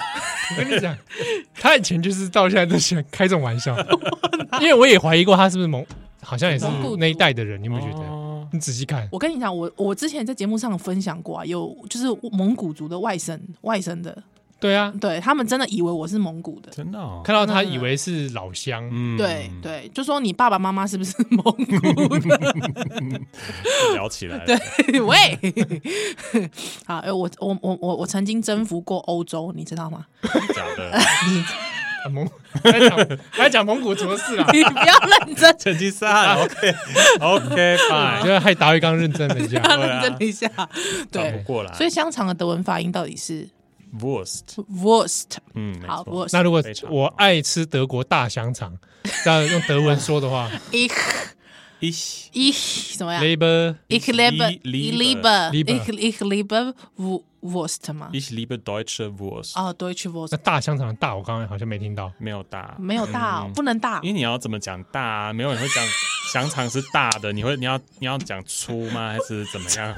D: 我跟 你讲，他以前就是到现在都喜欢开这种玩笑，因为我也怀疑过他是不是蒙，好像也是
C: 蒙古族
D: 那一代的人，你有没有觉得？
B: 哦
D: 你仔细看，
C: 我跟你讲，我我之前在节目上分享过啊，有就是蒙古族的外省外省的，
D: 对啊，
C: 对他们真的以为我是蒙古的，
B: 真的哦，
D: 看到他以为是老乡，
B: 嗯
C: 对对，就说你爸爸妈妈是不是 蒙古
B: 聊起来了，
C: 的？喂， 好，哎我我我我我曾经征服过欧洲，你知道吗？
B: 假的。
D: 啊蒙，还讲还讲蒙古族 的事啊，
C: 你不要认真，
B: 成吉思 汗，OK OK
D: 我
B: fine，
D: 觉得害达伟刚认真了 一下，
C: 不要
B: 对啊
C: 认真一下，
B: 转不
C: 对。
B: 过来，
C: 所以香肠的德文发音到底是
B: worst，
C: wurst，
B: 嗯，没
C: 好
B: 错，
D: 那
C: ，wurst，
D: 如果
B: 非常好
D: 我爱吃德国大香肠，那用德文说 的话
C: ich
B: 一
C: ich 怎
B: 啊
C: 么样？
D: ，labor
C: Ich liebe, ich liebe,
D: Liebe.
C: ich, ich liebe Wu- Wurst 嘛。
B: ich liebe deutsche Wurst，
C: 哦，Deutsche
D: 那
B: 嗯
C: Wurst
D: 大香肠的大，我刚刚好像没 听到，
B: 没有大，
C: 没有大哦，不能大
B: 嗯因为你要怎么讲大啊？没有人会讲香肠是大的，你会你要你要讲粗吗？还是怎么样？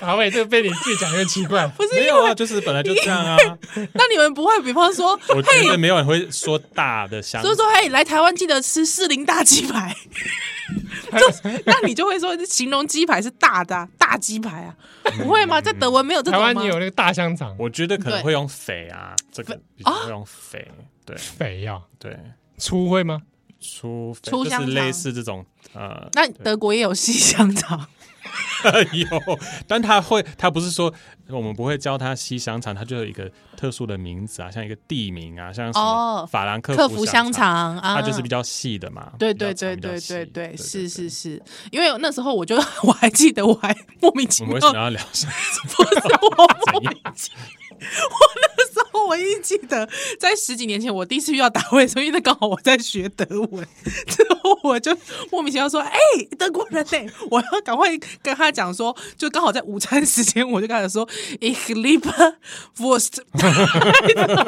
D: 达伟这个被你越讲越奇 怪，
C: 不是
B: 没
C: 因
B: 有啊，
C: 为
B: 就是本来就这样 啊。
C: 那你们不会，比方说，
B: 我觉得没有人会说大的香
C: 所以说，嘿，来台湾记得吃士林大鸡 排，就是那你就会说，形容鸡排是大的啊大鸡排啊，
B: 嗯
C: 不会吗？在德文没有这
D: 台
C: 种
D: 湾
C: 吗
D: 也？有那个大香肠，
B: 我觉得可能
C: 对
B: 会用肥啊，这
C: 哦
B: 个比较会用肥，对
D: 肥呀、
B: 对，
D: 粗会吗？
B: 粗肥就
C: 粗
B: 是
C: 香肠
B: 类似这种呃
C: 那德国也有西香 肠，
B: 有，但他会，他不是说我们不会教他西香肠，他就有一个特殊的名字啊，像一个地名啊，像什么
C: 哦
B: 法兰克
C: 克
B: 福
C: 服
B: 肠，
C: 香肠啊，
B: 它就是比较细的嘛。
C: 对
B: 比较
C: 对
B: 长
C: 对
B: 比较
C: 对
B: 细
C: 对
B: 对
C: 对，是是。是，因为那时候我就 我还记得，我还莫名其
B: 我
C: 妙
B: 们为什么要聊香
C: 不是我莫名其妙。我那时候唯一记得，在十几年前我第一次遇到达卫的时候，因为那刚好我在学德文，之后我就莫名其妙说：“哎、德国人呢、我要赶快跟他讲说，就刚好在午餐时间，我就跟他讲说：“Ich liebe Wurst。
B: 肠？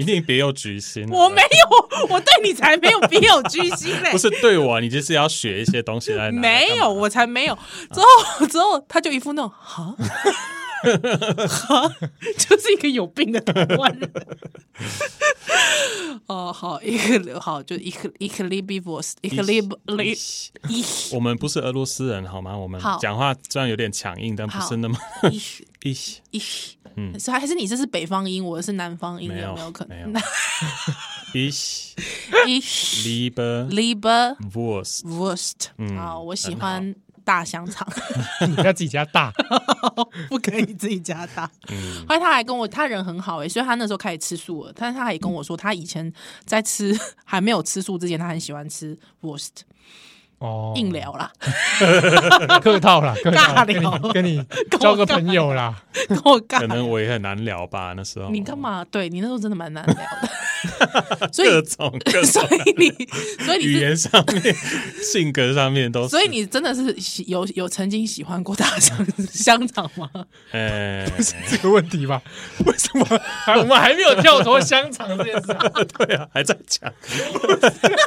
B: 一定别有居心”啊。
C: 我没有， 我对你才没有 别有居心嘞、
B: 不是对我，你就是要学一些东西来拿来干嘛。啊
C: 没有，我才没有。之后 之后，他就一副那种 哈。哈，就是一个有病的台湾 人。哦，好，一个好，就一个一个 l i b i v o s 一个 l i b i 一
B: 我们不是俄罗斯人好吗？我们
C: 好
B: 讲话虽然有点强硬，但不
C: 好
B: 是那么
C: 一
B: 一
C: 一，嗯，是还是你这是北方音，我是南方音，
B: 没
C: 有
B: 有
C: 没有可能？
B: 没一
C: 一
B: liebe
C: l i b e
B: Wurst。
C: w o r s
B: 嗯
C: t 好，我喜欢大香肠。
D: 你家自己家 大，
C: 不可以自己加大。
B: 嗯
C: 后来他还跟我，他人很好哎、所以他那时候开始吃素了。但是他还跟我说，他以前在吃 还没有吃素之前，他很喜欢吃 wurst
D: 哦，
C: 硬聊啦，
D: 客套啦，客套，
C: 尬
D: 跟
C: 聊
D: 你跟 你交个朋友啦，
C: 跟我
B: 可
C: 干。
B: 能哦我也很难聊吧，那时候
C: 你干嘛？对你那时候真的蛮难聊 的，所
B: 各
C: 以
B: 种各种
C: 所以你所以你
B: 语
C: 是
B: 言上面、性格上面都是。
C: 所以你真的是喜有有曾经喜欢过大香香肠吗？
B: 哎，
D: 这个问题吧？为什么还我们还没有跳脱香肠这件事 啊？
B: 对啊，还在讲。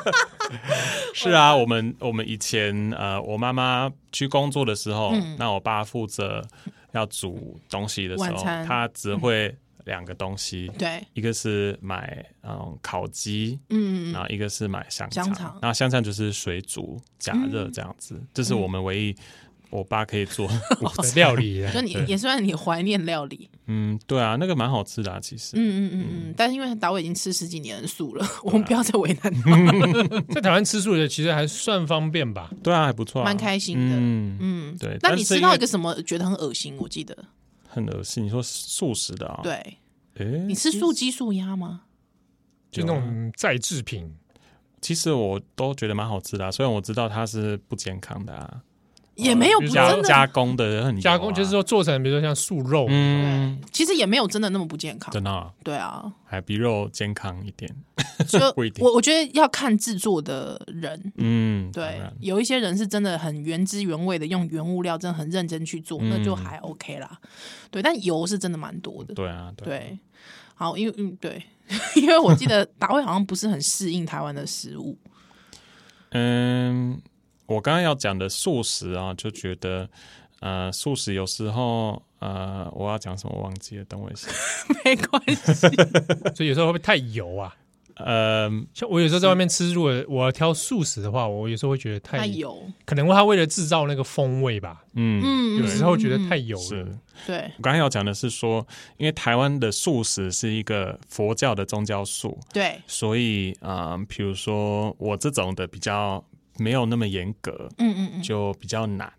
B: 是啊，我们我们以前呃，我妈妈去工作的时候，那我爸负责要煮东西的时
C: 嗯晚
B: 候，
C: 餐
B: 他只会两个东西，
C: 对，
B: 一个是买嗯烤鸡，
C: 嗯，
B: 然后一个是买香肠，
C: 香肠嗯
B: 然后香肠就是水煮加热这样子，这是我们唯一。我爸可以做。
D: 的料 理啊
C: 就你
B: 对
C: 也算你怀念料理，
B: 嗯，对啊，那个蛮好吃的、啊，其实。
C: 嗯嗯嗯嗯，但是因为达伟已经吃十几年的素了，
B: 啊
C: 我们不要再为难
B: 嗯
C: 他，
D: 在台湾吃素的其实还算方便吧？
B: 对啊，还不错、啊，
C: 蛮开心的。
B: 嗯嗯，
C: 嗯，
B: 对
C: 那
B: 但
C: 你
B: 是
C: 吃
B: 因
C: 到
B: 为
C: 一个什么觉得很恶心？我记得，
B: 很恶心。你说素食的啊？，
C: 对
B: 诶、啊
C: 你吃素鸡素鸭吗？
D: 就那种再制品，
B: 其实我都觉得蛮好吃的、啊，虽然我知道它是不健康的啊，
C: 也没有不
D: 就是
C: 真
D: 加
B: 加
C: 的
B: 加工的很、啊
D: 加工就是，说做成，比如说像素肉，
B: 嗯
C: 对，，其实也没有真的那么不健康。
B: 真的啊、
C: 对啊，
B: 还比肉健康一点。
C: 就
B: 不一定
C: 我我觉得要看制作的人。
B: 嗯，当
C: 对
B: 然，
C: 有一些人是真的很原汁原味的，用原物料，真的很认真去做，那就
B: 嗯
C: 还 OK 啦。对，但油是真的蛮多的。
B: 对啊，对啊
C: 对，好，因为嗯对，因为我记 得达卫好像不是很适应台湾的食物，
B: 嗯，我刚刚要讲的素食啊，就觉得呃，素食有时候呃，我要讲什么我忘记了，等我一下。
C: 没关系，
D: 所以有时候会不会太油啊？
B: 呃，
D: 像我有时候在外面吃，如果我要挑素食的话，我有时候会觉得太
C: 太，油，
D: 可能他为了制造那个风味吧，
B: 嗯，
C: 嗯，
D: 有时候觉得太
C: 嗯
D: 油
B: 是
D: 了。
C: 对，
B: 我刚刚要讲的是说，因为台湾的素食是一个佛教的宗教素，
C: 对，
B: 所以呃，比如说我这种的比较没有那么严格，
C: 嗯嗯嗯，
B: 就比较难。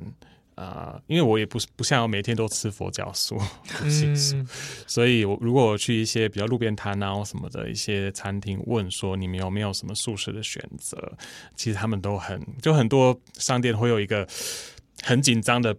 B: 啊、因为我也不是不像每天都吃佛教素， 不信素，
D: 嗯，
B: 所以我如果我去一些比较路边摊啊或什么的一些餐厅问说你们有没有什么素食的选择，其实他们都很就很多商店会有一个很紧张的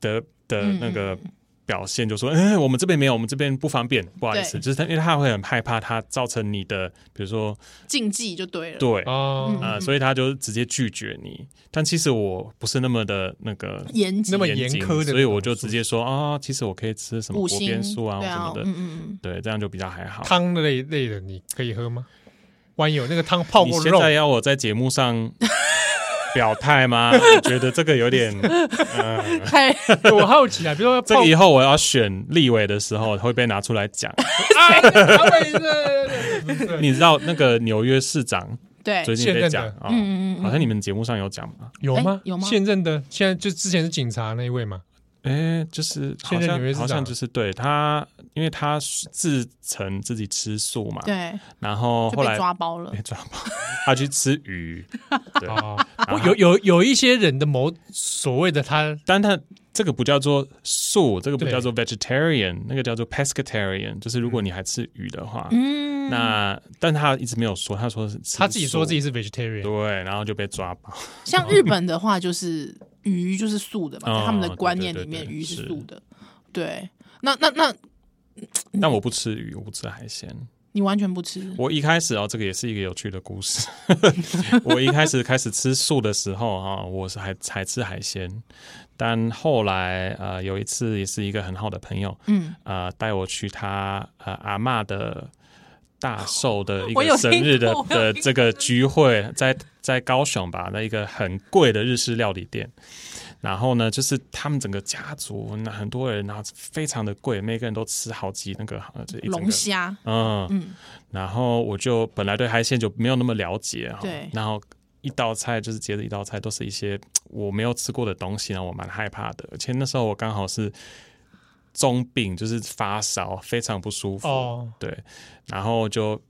B: 的的
C: 嗯
B: 那个表现，就说嗯、我们这边没有，我们这边不方便，不好意思，
C: 对
B: 就是他因为他会很害怕它造成你的比如说
C: 禁忌就对了，
B: 对。
D: 哦，
B: 啊、所以他就直接拒绝你。但其实我不是那么的那个
C: 严谨
D: 那么严
B: 谨
D: 苛的
B: 所以
D: 那
B: 我
D: 种
B: 就
D: 素
B: 直接说啊、其实我可以吃什么
C: 五
B: 锅边
C: 星
B: 素啊
C: 对
B: 什
C: 啊
B: 么，的，
C: 嗯嗯嗯，
B: 对，这样就比较还好。
D: 汤类类的你可以喝吗？万一有那个汤泡
B: 你
D: 过
B: 现
D: 肉，
B: 在 要我在节目上表态吗？我觉得这个有 点，
C: 太
D: 我好奇啊，比如 说
B: 这
D: 泡
B: 个以后我要选立委的时候会被拿出来讲。
D: 啊，他们是不
C: 哎
D: 是
B: 你知道那个纽约市长
C: 对，
B: 最近被讲
D: 哎现任
B: 啊，
C: 嗯嗯嗯
B: 好像你们节目上有讲吗？
D: 有吗
C: 哎？有吗
D: 现任的现在就之前是警察那一位嘛？
B: 哎，就是好
D: 嗯现任纽约
B: 像好
D: 市长
B: 像就是对他，因为他自称自己吃素嘛，
C: 对，
B: 然后哦
C: 就
B: 后
C: 被
B: 来哎
C: 抓包了
B: 被，抓包，他去吃 鱼，对，啊
D: 哦，我有有有一些人的某所谓的他
B: 但它这个不叫做素，这个不
D: 对
B: 叫做 vegetarian，那个叫做 pescatarian，就是如果你还吃鱼的话，
C: 嗯，
B: 那但他一直没有说，他说是吃
D: 他自己说自己
B: 素
D: 是 vegetarian，
B: 对，然后就被抓包，
C: 像日本的话，就是鱼就是素的嘛，在他们的
B: 哦
C: 观
B: 对
C: 念
B: 对
C: 里面，
B: 对
C: 鱼是
B: 是
C: 素的，对，那那那
D: 嗯
B: 但我不吃鱼，我不吃海鲜。
C: 你完全不吃，
B: 我一开始啊，这个也是一个有趣的故事。 我一开始开始吃素的时候啊，我是还才吃海鲜，但后来呃有一次也是一个很好的朋友，
C: 嗯，
B: 呃带我去他呃阿嬷的大寿的一
C: 我有
B: 个生日的
C: 听过我有
B: 的
C: 听
B: 这个聚会，在在高雄吧，那一个很贵的日式料理店。然后呢，就是他们整个家族，那很多人，然后非常的贵，每个人都吃好几那个，呃就一整个
C: 龙虾，
B: 嗯，
C: 嗯
B: 然后我就本来对海鲜就没有那么了解哈，
C: 对
B: 然后一道菜就是接着一道菜都是一些我没有吃过的东西，然后我蛮害怕的，而且那时候我刚好是中病，就是发烧，非常不舒服，
D: 哦，
B: 对，然后就。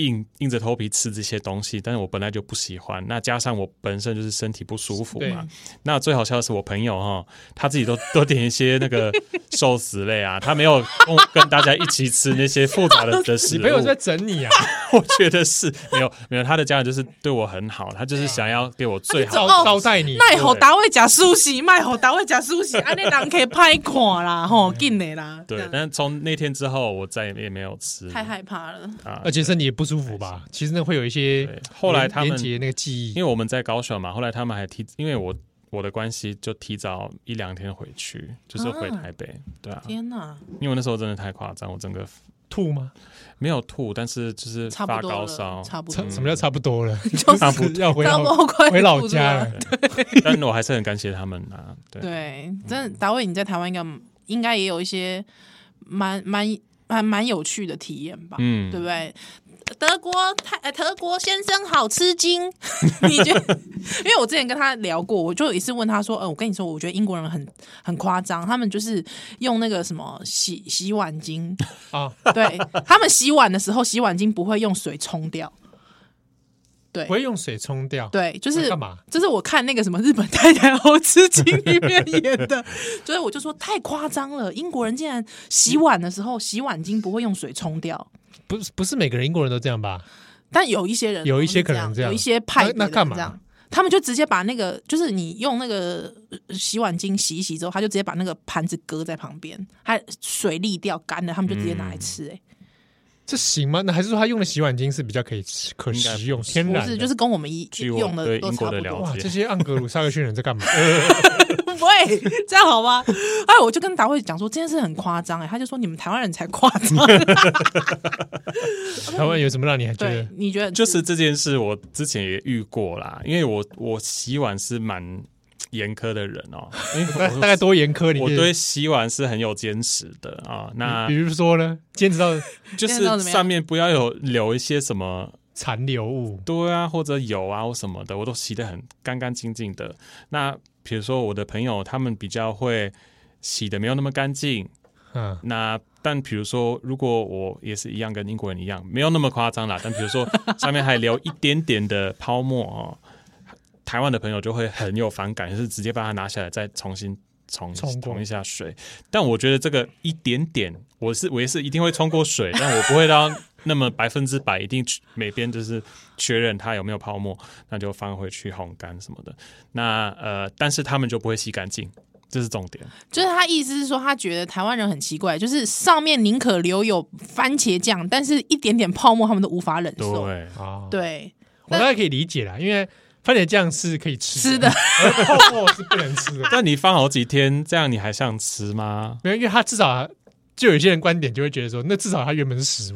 B: 硬硬着头皮吃这些东西，但是我本来就不喜欢，那加上我本身就是身体不舒服
D: 对
B: 嘛，那最好笑的是我朋友哈，他自己都 都点一些那个寿司类啊，他没有跟跟大家一起吃那些复杂的的食
D: 你
B: 物。
D: 朋友是在整你啊？
B: 我觉得是没有没有，他的家人就是对我很好，他就是想要给我最好
D: 招
B: 的。
D: 招待你，
C: 哦那好达位假苏西，卖好达位假苏西，安尼人可以拍看 啦，吼，紧的啦，这
B: 对，
C: 样
B: 但是从那天之后，我再也没有吃
C: 嗯太害怕了，
B: 啊
D: 而。且身体也不舒服吧？其实那会有一些
B: 对后来
D: 连
B: 他们
D: 连接那个记忆
B: 因为我们在高雄嘛，后来他们还提，因为我我的关系就提早一两天回去，就是回台北。对啊，
C: 天哪，
B: 因为我那时候真的太夸张，我整个
D: 吐吗？
B: 没有吐，但是就是
C: 差
B: 发
C: 不多
B: 高
C: 了，
B: 烧，嗯
C: 差不多
D: 差
C: 了，
D: 什么叫差不多了？
C: 就是
B: 差不多
D: 要回
C: 差
D: 老
C: 不多快
D: 回老
C: 吐出
D: 家
C: 来
D: 了。
B: 但我还是很感谢他们啊。对，
C: 对，真的达伟你在台湾应该应该也有一些蛮蛮蛮蛮有趣的体验吧，
B: 嗯
C: 对不对？德国太呃德国先生好吃惊，你觉得？因为我之前跟他聊过，我就有一次问他说，呃，我跟你说，我觉得英国人很很夸张，他们就是用那个什么洗洗碗巾，
D: 啊，
C: 对他们洗碗的时候，洗碗巾不会用水冲掉，对
D: 不会用水冲掉，
C: 对，就是
D: 哦那干嘛？
C: 这是我看那个什么日本太太好吃惊里面演 的，所以我就说太夸张了，英国人竟然洗碗的时候洗碗巾不会用水冲掉，
D: 不是不是每个人英国人都这样吧？
C: 但有一些人
D: 有一些可能这
C: 这
D: 样
C: 有一些派别的
D: 那那干嘛
C: 这样？他们就直接把那个，就是你用那个呃洗碗巾洗一洗之后，他就直接把那个盘子搁在旁边，还水沥掉干了，他们就直接拿来吃、哎、
D: 这行吗？那还是说他用的洗碗巾是比较可以吃可
B: 应该
D: 食用
B: 不是
D: 天然
C: 不
D: 的？
C: 是就是跟我们一
B: 据我
C: 用的
B: 对
C: 都
B: 英
C: 差
B: 国
C: 不
B: 的
C: 多
B: 了。
D: 哇，
B: 解
D: 这些盎格鲁撒克逊人 在干嘛？
C: 喂，这样好吗？ 哎，我就跟达慧讲说这件事很夸张哎，他就说你们台湾人才夸 张，
D: 台湾有什么让你还觉
C: 对
D: 得？，
C: 你觉得
B: 就是这件事，我之前也遇过啦，因为我我洗碗是蛮严苛的人哦、因 为
D: 大大概多严苛？你嗯
B: 我
D: 可以
B: 对洗碗是很有坚持的啊、那
D: 比
C: 嗯
D: 如说呢，坚持到
B: 就是
C: 现在到底怎么样
B: 上面不要有留一些什么
D: 残留物，
B: 对啊，或者油啊或什么的，我都洗得很干干净净的。那比如说我的朋友，他们比较会洗的没有那么干净。
D: 嗯，
B: 那但比如说，如果我也是一样跟英国人一样，没有那么夸张啦，但比如说上面还留一点点的泡沫哦，台湾的朋友就会很有反感，就是直接把它拿下来再重新。冲
D: 冲过
B: 冲一下水，但我觉得这个一点点，我是我也是一定会冲过水，但我不会到那么百分之百，一定去每边就是确认它有没有泡沫，那就放回去烘干什么的。那呃，但是他们就不会洗干净，这是重点。
C: 就是他意思是说，他觉得台湾人很奇怪，就是上面宁可留有番茄酱，但是一点点泡沫他们都无法忍受。
B: 对，
D: 啊，
C: 对，
D: 我大概可以理解啦，因为番茄酱是可以吃
C: 吃的，
D: 而泡沫是不能吃的。
B: 但你放好几天，这样你还想吃吗？
D: 没有，因为它至少就有些人观点就会觉得说，那至少它原本 是食物，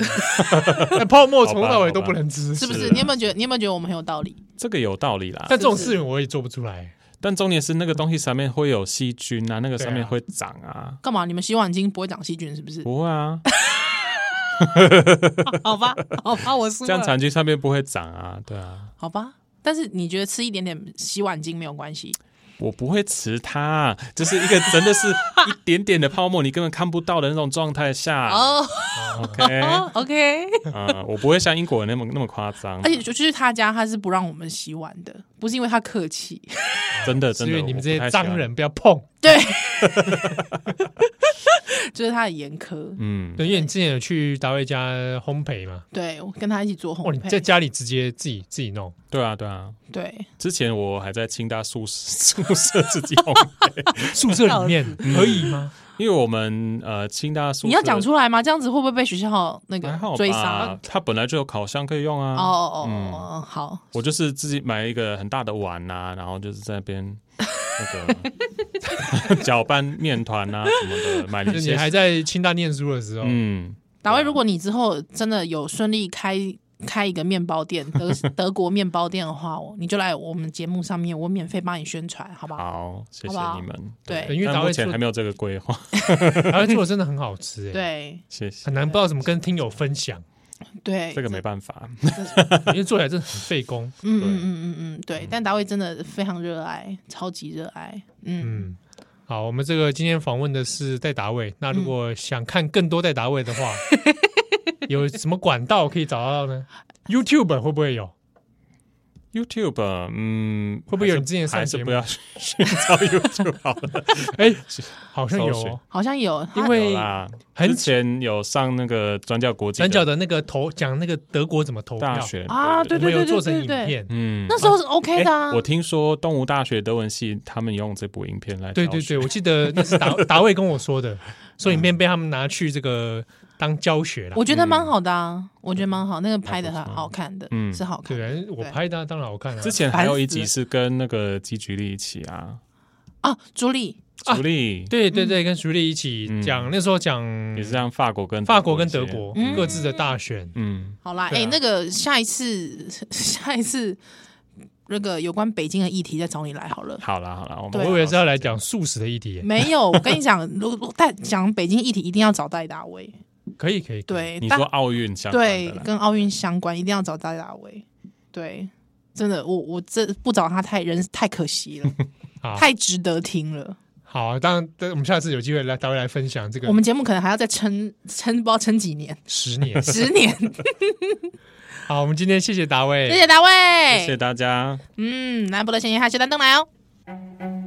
D: 那泡沫从头到尾都不能吃，
C: 是不
B: 是
C: 是？
B: 啊
C: 你有没有觉得？你有没有觉得我们很有道理？
B: 这个有道理啦。
D: 但这种事情我也做不出来。
B: 但重点是那个东西上面会有细菌啊，那个上
D: 对
B: 面
D: 啊
B: 会长啊，
C: 干嘛？你们洗碗巾不会长细菌是 不是？
B: 不会啊，
C: 好吧，好吧，我输
B: 这样
C: 了。
B: 产区上面不会长啊，对啊，
C: 好吧，但是你觉得吃一点点洗碗巾没有关系？
B: 我不会吃它，就是一个真的是一点点的泡沫，你根本看不到的那种状态下。
C: 哦
B: OK，啊、
C: ，OK。
B: 我不会像英国人那么那么夸张，
C: 而且就就是他家，他是不让我们洗碗的，不是因为他客气。
B: 真的
D: 是
B: 真
D: 因
B: 的，
D: 为你们
B: 我
D: 这
B: 不太
D: 些
B: 喜欢
D: 脏，人不要碰。
C: 对， 就是他的严苛。
B: 嗯，
D: 对，因为你之前有去达卫家烘焙嘛，
C: 对，我跟他一起做
D: 哦，
C: 烘
D: 你
C: 焙。
D: 在家里直接自己自己 弄，
B: 对啊对啊。
C: 对，
B: 之前我还在清大宿舍宿舍自己 用，
D: 宿舍里面可以 吗？
B: 因为我们呃清大宿舍
C: 你要讲出来吗？这样子会不会被学校那
B: 还
C: 个
B: 好
C: 追杀
B: 吧？，它本来就有烤箱可以用
C: 哦
B: 啊。
C: 哦哦，好，
B: 我就是自己买一个很大的碗呐、然后就是在那边那个 搅拌面团啊什么的，买了
D: 就
B: 一
D: 你
B: 些。
D: 还在哦清大念书的时候，
B: 嗯，
C: 达威，如果你之后真的有顺利开开一个面包店，德德国面包店的话，我你就来我们节目上面，我免费帮你宣传，好不好？
B: 好，谢啊谢
C: 好不好
B: 你们。
C: 对
D: 因为
B: 但
D: 达
B: 目
D: 卫
B: 前
D: 做
B: 还没有这个规划，
D: 达啊卫做的真的很好吃，哎，
C: 对
B: 谢谢。
D: 很难不知道怎么跟听友分享，
C: 对，
B: 这个没办法，
D: 因为做起来真的很 费工。
C: 嗯嗯嗯嗯嗯，对。但达威真的非常热爱，超级热爱，嗯，
D: 嗯，好，我们这个今天访问的是戴达卫。那如果想看更多戴达卫 的话，有什么管道可以找到呢？YouTube 会不会有？
B: YouTube，嗯，
D: 会不会有你之前上
B: 还
D: 节
B: 是
D: 目
B: 不要寻找 YouTube 好了？
D: 哎、好像有、
B: 搜寻
D: 哦，
C: 好像有，他
D: 因为
B: 有啦，
D: 很
B: 之前有上那个转角国际
D: 转角的那个投讲那个德国怎么投票
B: 大，学
C: 啊，对
D: 我们
C: 对
D: 有
C: 对
D: 做
C: 对
D: 成
C: 对
D: 影
C: 对，
D: 片。
B: 嗯，
C: 那时候是 OK 的啊，
B: 哎我听说东吴大学德文系他们用这部影片来
D: 对
B: 教
D: 对
B: 学
D: 对，我记得那是达达卫跟我 说的，说影片被他们拿去这个当教学了
C: 我。觉得蛮好的啊，我觉得蛮好，那个拍的很
B: 还不错
C: 好看的，
B: 嗯
C: 是好看的
D: 对，我拍的当然好看啊
B: 之。前还有一
C: 烦
B: 集是跟那个基菊力一起啊，
C: 啊。朱莉，
D: 啊
B: 朱莉
D: 对对
C: 嗯
D: 对，跟徐丽一起讲，那时候讲
B: 嗯也是让法国跟
D: 法国跟德
B: 一起，
D: 国
C: 嗯
D: 各自的大选，
B: 嗯，
C: 好啦，哎、
D: 对啊
C: 那个下一次，下一次那个有关北京的议题再找你来 好了。
B: 好啦好啦，我们
C: 对
D: 我以为是要来讲素食的议题耶，
C: 没有，我跟你讲，如如但讲北京议题一定要找戴大卫，
D: 可以可以，可以，
C: 对，
B: 你
C: 大
B: 说啊奥运相关
C: 对
B: 的啦，
C: 跟奥运相关，一定要找大大卫。对，真的，我我这不找他太人太可惜了
D: 好，
C: 太值得听了。
D: 好，当然，等我们下次有机会来，大卫来分享这个
C: 我们节目可能还要再撑撑，不知道撑几年，
D: 十年。
C: 十年。
D: 好，我们今天谢谢达卫，
C: 谢谢大卫，
B: 谢谢大家。
C: 嗯，那不得闲言还是单灯来哦。
E: Thank